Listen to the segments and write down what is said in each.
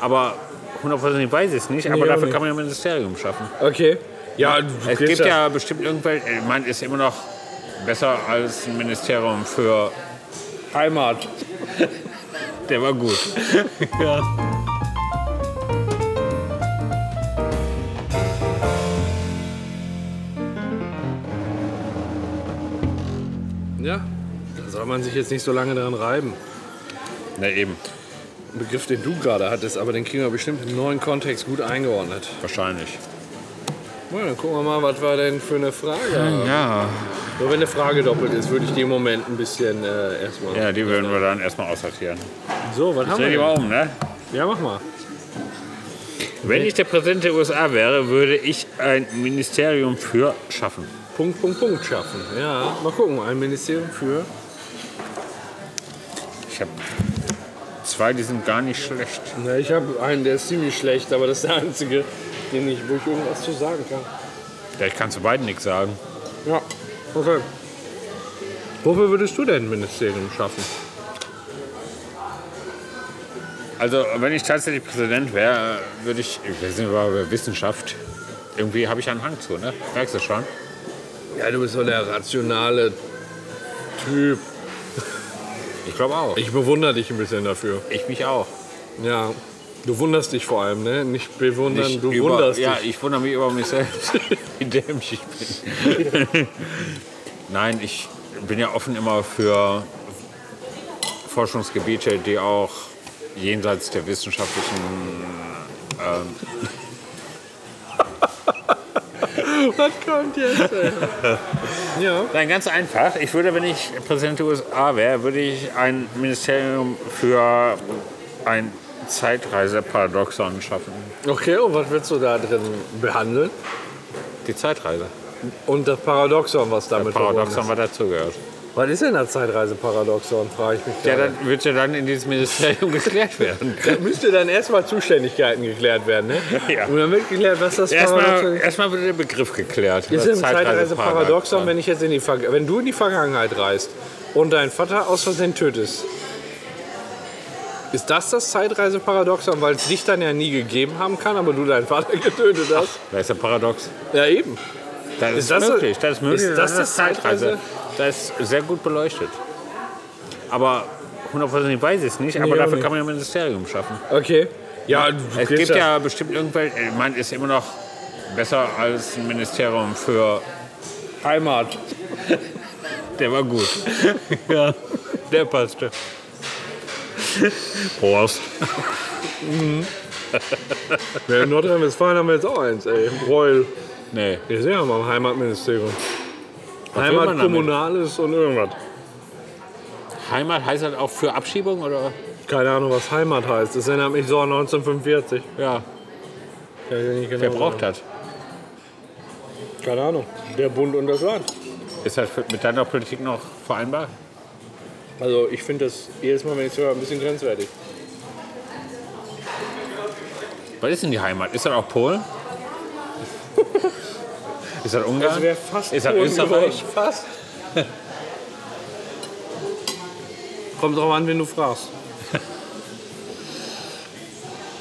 Aber hundertprozentig weiß ich es nicht, aber dafür kann man ja ein Ministerium schaffen. Okay. Ja, du Es kriegst gibt ja bestimmt irgendwelche, ich meine, ist immer noch besser als ein Ministerium für, Heimat. der war gut. Ja. Da soll man sich jetzt nicht so lange daran reiben. Na eben, Ein Begriff, den du gerade hattest, aber den kriegen wir bestimmt im neuen Kontext gut eingeordnet. wahrscheinlich. Na, dann gucken wir mal, was war denn für eine Frage. Ja. Nur wenn eine Frage doppelt ist, würde ich die im Moment ein bisschen äh, erstmal. Ja, die würden wir dann erstmal aussortieren. So, was haben Dreh die wir? mal Denn? um, ne? Ja, mach mal. Wenn ich der Präsident der USA wäre, würde ich ein Ministerium für schaffen. Punkt, Punkt, Punkt schaffen. Ja, mal gucken. Ein Ministerium für. Ich habe zwei, die sind gar nicht schlecht. Na, ich habe einen, der ist ziemlich schlecht, aber das ist der einzige, den ich, wo ich irgendwas zu sagen kann. Ja, ich kann zu beiden nichts sagen. Ja, okay. Wofür würdest du denn ein Ministerium schaffen? Also, wenn ich tatsächlich Präsident wäre, würde ich, wir sind aber bei Wissenschaft, irgendwie habe ich einen Hang zu, ne? Merkst du schon? Ja, du bist so der rationale Typ. Ich glaube auch. Ich bewundere dich ein bisschen dafür. Ich mich auch. Ja. Du wunderst dich vor allem, ne? Nicht bewundern, Ich du über- wunderst Ja, dich. ich wundere mich über mich selbst, wie dämlich ich bin. Nein, ich bin ja offen immer für Forschungsgebiete, die auch jenseits der wissenschaftlichen. Was kommt jetzt? ey? ja. Nein, ganz einfach. Ich würde, wenn ich Präsident der USA wäre, würde ich ein Ministerium für ein Zeitreiseparadoxon schaffen. Okay, und was willst du da drin behandeln? Die Zeitreise. Und das Paradoxon, was damit Paradoxon, verbunden was dazugehört. ist. Was ist denn das Zeitreiseparadoxon, frage ich mich Ja, gerade. dann wird ja dann in diesem Ministerium geklärt werden. Da müsste dann erstmal Zuständigkeiten geklärt werden, ne? Ja. Und dann wird geklärt, was das Paradoxon Erstmal, ist. erstmal wird der Begriff geklärt. Ist Das es ein Zeitreiseparadoxon, Zeitreiseparadoxon. wenn ich jetzt in die Verga- wenn du in die Vergangenheit reist und deinen Vater aus Versehen tötest? Ist das das Zeitreiseparadoxon, weil es dich dann ja nie gegeben haben kann, aber du deinen Vater getötet hast? Das ist ein Paradox. Ja eben. Das ist, Ist das- möglich. Das ist möglich. ist das das Zeitreise? Das ist sehr gut beleuchtet. Aber hundertprozentig weiß ich es nicht. Aber auch dafür nicht. kann man ja ein Ministerium schaffen. Okay. Ja, du Es kriegst gibt ja bestimmt irgendwelche. Ich meine, ist immer noch besser als ein Ministerium für. Heimat. Der war gut. ja, der passte. Horst. Mhm. Ja, in Nordrhein-Westfalen haben wir jetzt auch eins, ey. Reul. Nee. Wir sind ja mal im Heimatministerium. will man Heimat, damit? Kommunales und irgendwas. Heimat heißt halt auch für Abschiebung oder? Keine Ahnung, was Heimat heißt. Das erinnert mich so an 1945. Ja. Kann ich dir nicht genau Wer braucht sagen. das? Keine Ahnung. Der Bund und das Land. Ist das mit deiner Politik noch vereinbar? Also ich finde das jedes Mal, wenn ich es höre, ein bisschen grenzwertig. Was ist denn die Heimat? Ist das auch Polen? ist das Ungarn? Das wäre fast ist das Polen Österreich? geworden. Fast. Kommt drauf an, wen du fragst.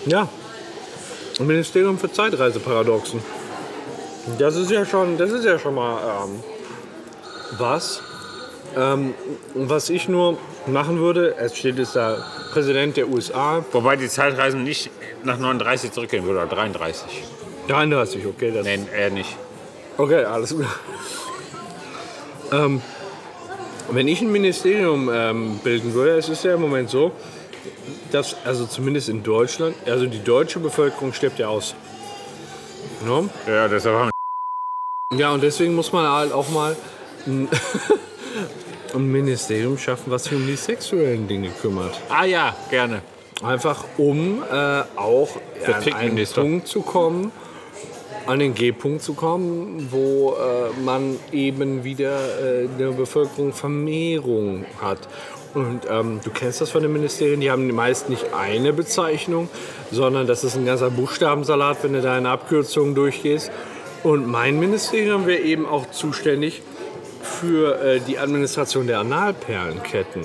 ja. Ein Ministerium für Zeitreiseparadoxen. Das ist ja schon, das ist ja schon mal ähm, was. Ähm, was ich nur machen würde, es steht jetzt da Präsident der USA, Wobei die Zeitreisen nicht nach 39 zurückgehen würde, oder 33. 33, okay, das Nein, eher nicht. Okay, alles klar. ähm, wenn ich ein Ministerium ähm, bilden würde, es ist ja im Moment so, dass, also zumindest in Deutschland, also die deutsche Bevölkerung stirbt ja aus. Ne? Ja, das ist aber Ja, und deswegen muss man halt auch mal ein, ein Ministerium schaffen, was sich um die sexuellen Dinge kümmert. Ah ja, gerne. Einfach um äh, auch an einen Fickminister. Punkt zu kommen, an den G-Punkt zu kommen, wo äh, man eben wieder äh, in der Bevölkerung Vermehrung hat. Und ähm, du kennst das von den Ministerien, die haben meist nicht eine Bezeichnung, sondern das ist ein ganzer Buchstabensalat, wenn du da in Abkürzungen durchgehst. Und mein Ministerium wäre eben auch zuständig für äh, die Administration der Analperlenketten.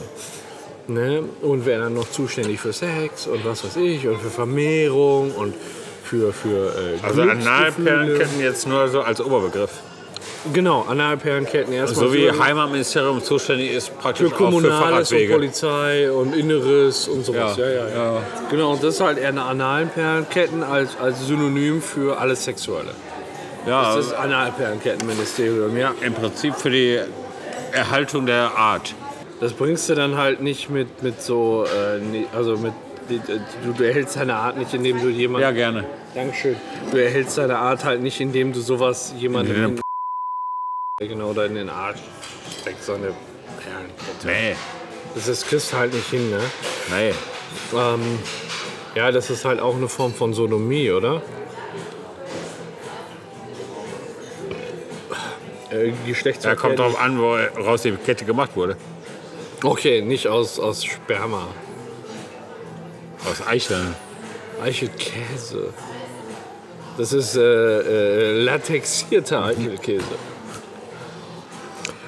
Ne? Und wäre dann noch zuständig für Sex und was weiß ich und für Vermehrung und für. für äh, Also Analperlen Glücksgefühle. könnten jetzt nur so als Oberbegriff. Genau, Analperlenketten erstmal. So wie für, Heimatministerium zuständig ist, praktisch für auch für Kommunales und Fahrradwege. Polizei und Inneres und sowas. Ja, ja. Genau, und das ist halt eher eine Analperlenketten als, als Synonym für alles Sexuelle. Ja, Das ist Analperlenkettenministerium, ja. im Prinzip für die Erhaltung der Art. Das bringst du dann halt nicht mit, mit so, äh, nee, also mit, du, du erhältst deine Art nicht, indem du jemanden, Ja, gerne. Dankeschön, du erhältst deine Art halt nicht, indem du sowas jemandem Ja. in den genau da in den Arsch steckst, so eine Perlenkette. Nee, Das, das kriegst du halt nicht hin, ne? nee. Ähm, ja, das ist halt auch eine Form von Sodomie, oder? Äh, Da Geschlechtsverkehr kommt nicht- drauf an, woraus die Kette gemacht wurde. Okay, nicht aus, aus Sperma. Aus Eicheln. Eichelkäse. Das ist äh, äh, latexierter Eichelkäse.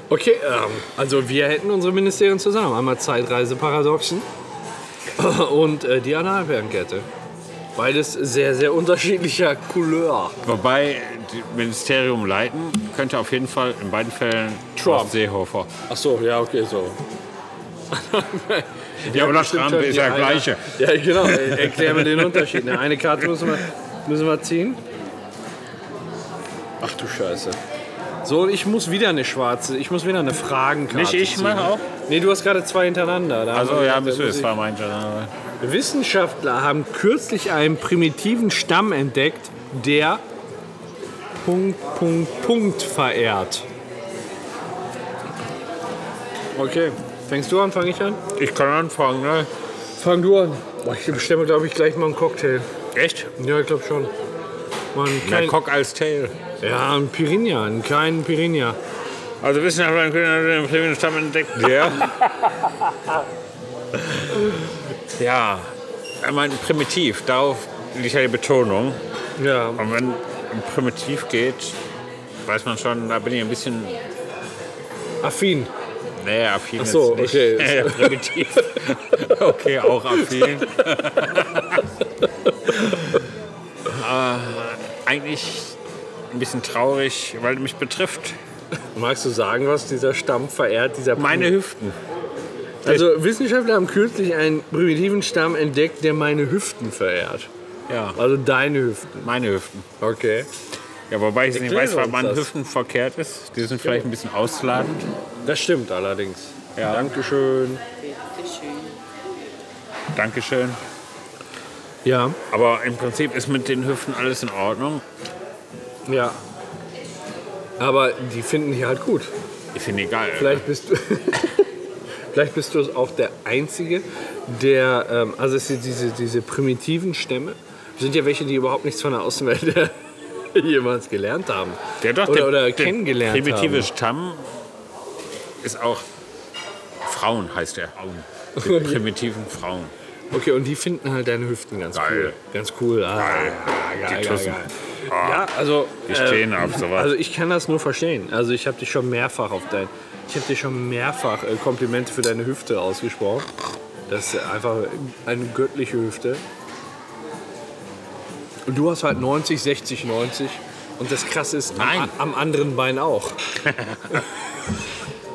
Okay, ähm, also wir hätten unsere Ministerien zusammen. Einmal Zeitreiseparadoxen und äh, die Analperlenkette. Beides sehr, sehr unterschiedlicher Couleur. Wobei, das Ministerium leiten könnte auf jeden Fall in beiden Fällen Trump. Horst Seehofer. Ach so, ja, okay, so. Ja, aber das Stimmt Trump schon, ist ja einer- gleiche. Ja, genau. Erklär mir den Unterschied. Ne, Eine Karte müssen wir, müssen wir ziehen. Ach du Scheiße. So, und ich muss wieder eine schwarze, ich muss wieder eine Fragenkarte Nicht ich, ziehen. mach auch. Nee, du hast gerade zwei hintereinander. Da haben Also wir- ja, da müssen wir muss es ich- zwar meinen. Wissenschaftler haben kürzlich einen primitiven Stamm entdeckt, der Punkt, Punkt, Punkt verehrt. Okay, fängst du an, fange ich an? Ich kann anfangen, ne? Fang du an. Ich bestelle mir, glaube ich, gleich mal einen Cocktail. Echt? Ja, ich glaube schon. Mal einen Kein kleinen, Cock als Tail. ja, einen Pirinha, einen kleinen Pirinha. Also Wissenschaftler haben den primitiven Stamm entdeckt. Ja. ja. Ich meine, primitiv, darauf liegt ja die Betonung. Ja, Und wenn um primitiv geht, weiß man schon, da bin ich ein bisschen affin. Nee, affin Ach so, jetzt nicht. okay. Ja, primitiv. okay, auch affin. Aber eigentlich ein bisschen traurig, weil mich betrifft. Magst du sagen, was dieser Stamm verehrt? Dieser Meine Hüften. Also, Wissenschaftler haben kürzlich einen primitiven Stamm entdeckt, der meine Hüften verehrt. Ja, Also deine Hüften. meine Hüften. Okay. Ja, wobei ich nicht Erklär weiß, was uns meinen das. Hüften verkehrt ist. Die sind vielleicht ein bisschen ausladend. Das stimmt allerdings. Ja. Dankeschön. Dankeschön. Ja. Aber im Prinzip ist mit den Hüften alles in Ordnung. Ja. Aber die finden dich halt gut. Ich finde egal. Vielleicht bist du. Vielleicht bist du auch der Einzige, der, ähm, also es sind diese, diese primitiven Stämme, sind ja welche, die überhaupt nichts von der Außenwelt jemals gelernt haben. Der doch, oder, der, oder der kennengelernt primitive haben. Stamm ist auch Frauen heißt er. Frauen. Die primitiven Frauen. Okay, und die finden halt deine Hüften ganz Geil. cool. Ganz cool. Ah, Geil. ah, geil, Die geil, Tussen. geil. Ah, Ja, also. die stehen auf sowas. Also ich kann das nur verstehen. Also ich habe dich schon mehrfach auf dein, ich habe dir schon mehrfach äh, Komplimente für deine Hüfte ausgesprochen. Das ist einfach eine göttliche Hüfte. Und du hast halt 90, 60, 90. Und das Krasse ist, Nein. am, am anderen Bein auch.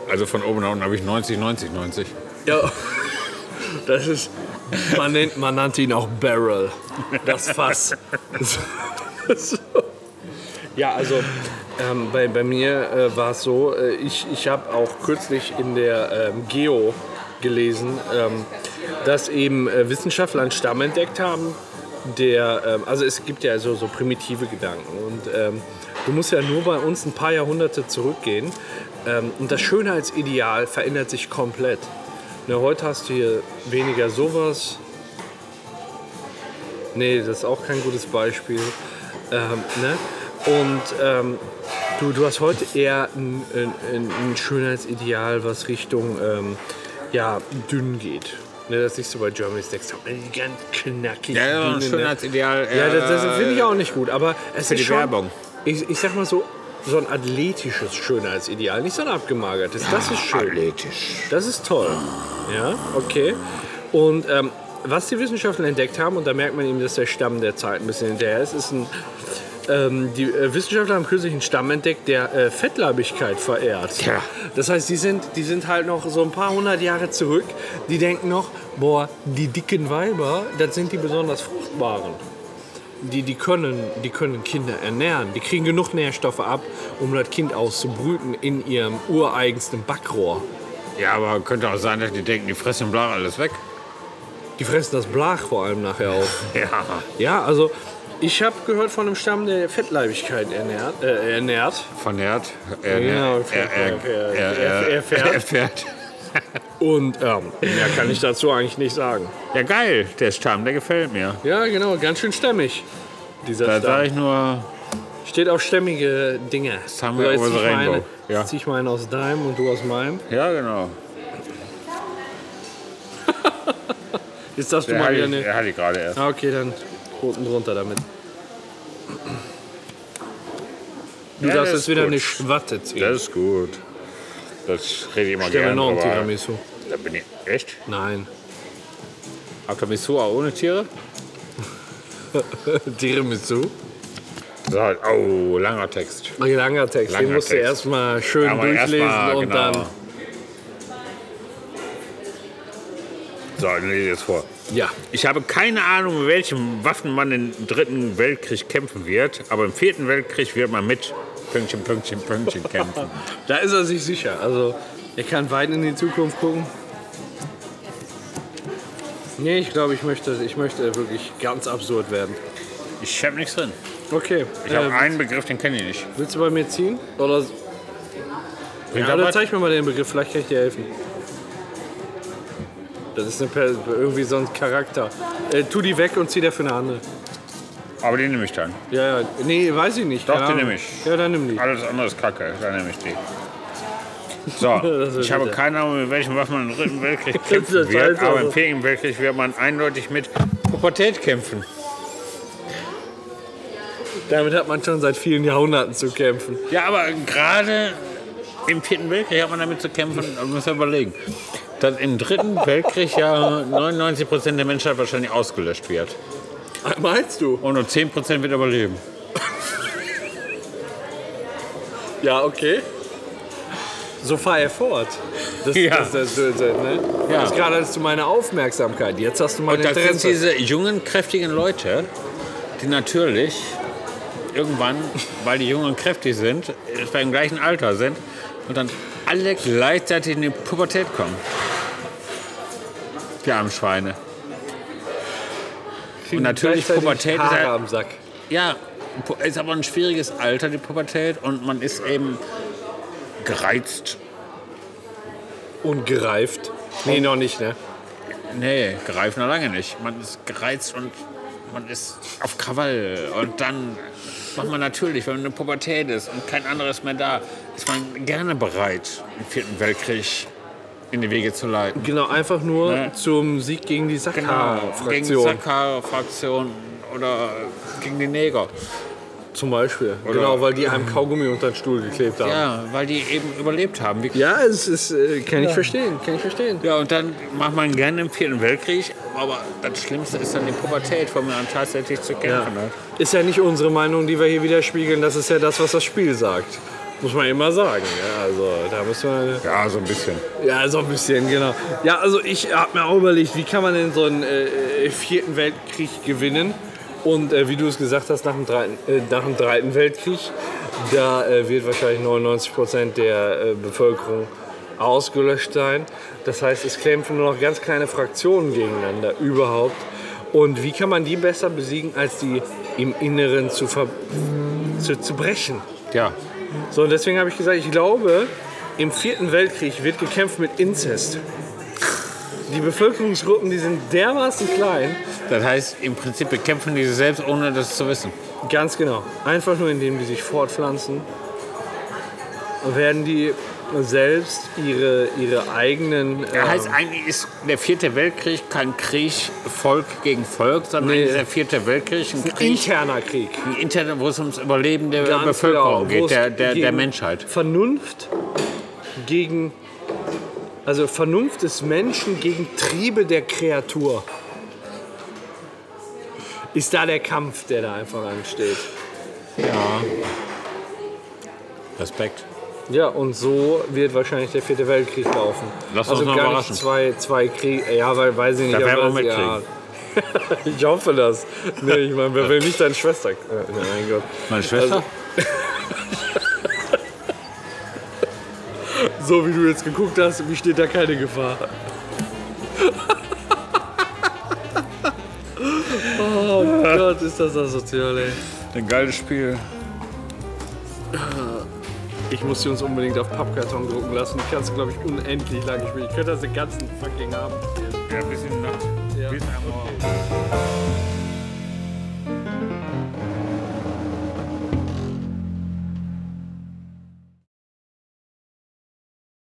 Also von oben nach unten habe ich 90, 90, 90. Ja, das ist. Man, nennt, man nannte ihn auch Barrel. Das Fass. So. ja, also ähm, bei, bei mir äh, war es so, äh, ich, ich habe auch kürzlich in der ähm, Geo gelesen, ähm, dass eben äh, Wissenschaftler einen Stamm entdeckt haben, der, ähm, also es gibt ja so, so primitive Gedanken und ähm, du musst ja nur bei uns ein paar Jahrhunderte zurückgehen ähm, und das Schönheitsideal verändert sich komplett. Ne, heute hast du hier weniger sowas. Nee, das ist auch kein gutes Beispiel. Ähm, ne? Und ähm, du, du hast heute eher ein, ein, ein ein Schönheitsideal, was Richtung ähm, ja, dünn geht. Ne, das siehst du bei Germany's Next Top. Äh, Die ganz knackig. Ja, dünnen, ne? Schönheitsideal. Ja, das, das finde ich auch nicht gut, aber es für ist die schon, Werbung. Ich, ich sag mal so, so ein athletisches Schönheitsideal, nicht so ein abgemagertes. das ist schön. Athletisch. Das ist toll. Ja, okay. Und ähm, was die Wissenschaftler entdeckt haben, und da merkt man eben, dass der Stamm der Zeit ein bisschen hinterher ist, ist ein. Ähm, die äh, Wissenschaftler haben kürzlich einen Stamm entdeckt, der äh, Fettleibigkeit verehrt. Tja. Das heißt, die sind, die sind halt noch so ein paar hundert Jahre zurück. Die denken noch, boah, die dicken Weiber, das sind die besonders fruchtbaren. Die, die, können, die können Kinder ernähren. Die kriegen genug Nährstoffe ab, um das Kind auszubrüten in ihrem ureigensten Backrohr. Ja, aber könnte auch sein, dass die denken, die fressen im Blach alles weg. Die fressen das Blach vor allem nachher auf. Ja. Ja, also ich habe gehört von einem Stamm, der Fettleibigkeit ernährt. Äh, ernährt. Vernährt. Genau, äh, ne, Er, er, er, er- er, er- er fährt. er fährt. Und ähm, mehr kann ich dazu eigentlich nicht sagen. Ja, geil. Der Stamm, der gefällt mir. Ja, genau, ganz schön stämmig. Dieser Da Stamm. sage ich nur, Steht auf stämmige Dinge. Somewhere So, over jetzt the zieh ich mal rainbow. eine- Ja. Jetzt zieh ich meinen aus deinem und du aus meinem. ja, genau. Jetzt darfst du Der mal hatte wieder ich, eine. der hatte ich gerade erst. Ah, okay, dann roten drunter damit. Du Ja, darfst das jetzt ist wieder gut. eine Schwatte ziehen. Das ist gut. Das rede ich immer ich habe gerne. noch ein aber Tiramisu. Da bin ich echt. Nein. Habt ihr mich so auch ohne Tiere? Tiramisu? So, oh, langer Text. Ein Langer Text, den Langer musst du Text. erstmal schön Aber durchlesen erstmal, und genau. dann. So, dann lese ich jetzt vor. Ja. Ich habe keine Ahnung, mit welchen Waffen man im Dritten Weltkrieg kämpfen wird, aber im Vierten Weltkrieg wird man mit Pünktchen, Pünktchen, Pünktchen kämpfen. Da ist er sich sicher. Also, er kann weit in die Zukunft gucken. Nee, ich glaube, ich möchte, ich möchte wirklich ganz absurd werden. Ich habe nichts drin. Okay, Ich habe äh, einen Begriff, den kenne ich nicht. willst du bei mir ziehen? Oder, Bringt ja, das oder was? zeig mir mal den Begriff, vielleicht kann ich dir helfen. Das ist eine Per- irgendwie so ein Charakter. Äh, tu die weg und zieh dafür eine andere. aber den nehme ich dann. Ja, ja. Nee, weiß ich nicht. Doch, keine die Ahnung. nehm ich. Ja, dann nimm die. Alles andere ist Kacke, dann nehme ich die. So, wird ich habe bitter. keine Ahnung, mit welchen Waffen man im Dritten Weltkrieg Das kämpfen ist wird, also- aber im Vierten Weltkrieg wird man eindeutig mit Pubertät kämpfen. Damit hat man schon seit vielen Jahrhunderten zu kämpfen. Ja, aber gerade im Vierten Weltkrieg hat man damit zu kämpfen, man muss ja überlegen, dass im Dritten Weltkrieg ja 99 Prozent der Menschheit wahrscheinlich ausgelöscht wird. Meinst du? Und nur 10 Prozent wird überleben. Ja, okay. So fahr er fort. Das, Ja. das, das, das, ne? Ja. das gerade hattest du meine Aufmerksamkeit. Jetzt hast du mein Und das sind Interesse. diese jungen, kräftigen Leute, die natürlich irgendwann, weil die jung und kräftig sind, etwa im gleichen Alter sind und dann alle gleichzeitig in die Pubertät kommen. Die armen Schweine. Und natürlich Gleichzeitig Pubertät ist Haare ja- am Sack. Ja, pu- ist aber ein schwieriges Alter, die Pubertät, und man ist eben gereizt. Und gereift. Nee, noch nicht, ne? Nee, gereift noch lange nicht. Man ist gereizt und man ist auf Krawall. Und dann macht man natürlich, wenn man in der Pubertät ist und kein anderes mehr da, ist man gerne bereit, im Vierten Weltkrieg in die Wege zu leiten. Genau, einfach nur Ne? zum Sieg gegen die Genau, Gegen die Sakha-Fraktion. Sakara-Fraktion oder gegen die Neger. Zum Beispiel. genau, weil die einem Kaugummi unter den Stuhl geklebt haben. Ja, Ja, weil die eben überlebt haben. Wie es ist, äh, kann ich verstehen, kann ich verstehen. Ja, und dann macht man gerne im Vierten Weltkrieg, aber das Schlimmste ist dann die Pubertät, wo man dann tatsächlich zu kämpfen hat. Ist ja nicht unsere Meinung, die wir hier widerspiegeln, das ist ja das, was das Spiel sagt. Muss man immer sagen. Ja, also da muss man. Ja, so ein bisschen. Ja, so ein bisschen, genau. Ja, also ich habe mir auch überlegt, wie kann man denn so einen äh, äh, vierten Weltkrieg gewinnen? Und äh, wie du es gesagt hast, nach dem dritten, äh, nach dem dritten Weltkrieg, da äh, wird wahrscheinlich 99 Prozent der äh, Bevölkerung ausgelöscht sein. Das heißt, es kämpfen nur noch ganz kleine Fraktionen gegeneinander überhaupt. Und wie kann man die besser besiegen, als die im Inneren zu, ver zu, zu brechen? Ja. So, und deswegen habe ich gesagt, ich glaube, im Vierten Weltkrieg wird gekämpft mit Inzest. Die Bevölkerungsgruppen, die sind dermaßen klein. Das heißt, im Prinzip bekämpfen die sich selbst, ohne das zu wissen. Ganz genau. Einfach nur indem die sich fortpflanzen, werden die selbst ihre, ihre eigenen. Er ähm, heißt eigentlich ist der vierte Weltkrieg kein Krieg Volk gegen Volk, sondern Nee. ist der vierte Weltkrieg ein Krieg, interner Krieg. ein Inter wo es ums Überleben der Ganz Bevölkerung genau, wo es geht, der, der, der gegen Menschheit. Vernunft gegen. Also Vernunft des Menschen gegen Triebe der Kreatur. Ist da der Kampf, der da einfach ansteht. Ja. Respekt. Ja, und so wird wahrscheinlich der vierte Weltkrieg laufen. Lass uns also mal gar überraschen. nicht zwei, zwei Kriege. Ja, weil weiß ich nicht. Da ob werden wir das- Ja. ich hoffe das. Nee, ich meine, wer will nicht deine Schwester? Äh, nein, Gott. Also Meine Schwester? So wie du jetzt geguckt hast, besteht da keine Gefahr. oh Gott, ist das asozial, ey. Ein geiles Spiel. Ich muss die uns unbedingt auf Pappkarton drucken lassen. Die kannst du, glaube ich, unendlich lange spielen. Ich könnte das den ganzen fucking Abend spielen. Ja, ein bisschen nackt. Ja. Bis am Morgen. Tschüss.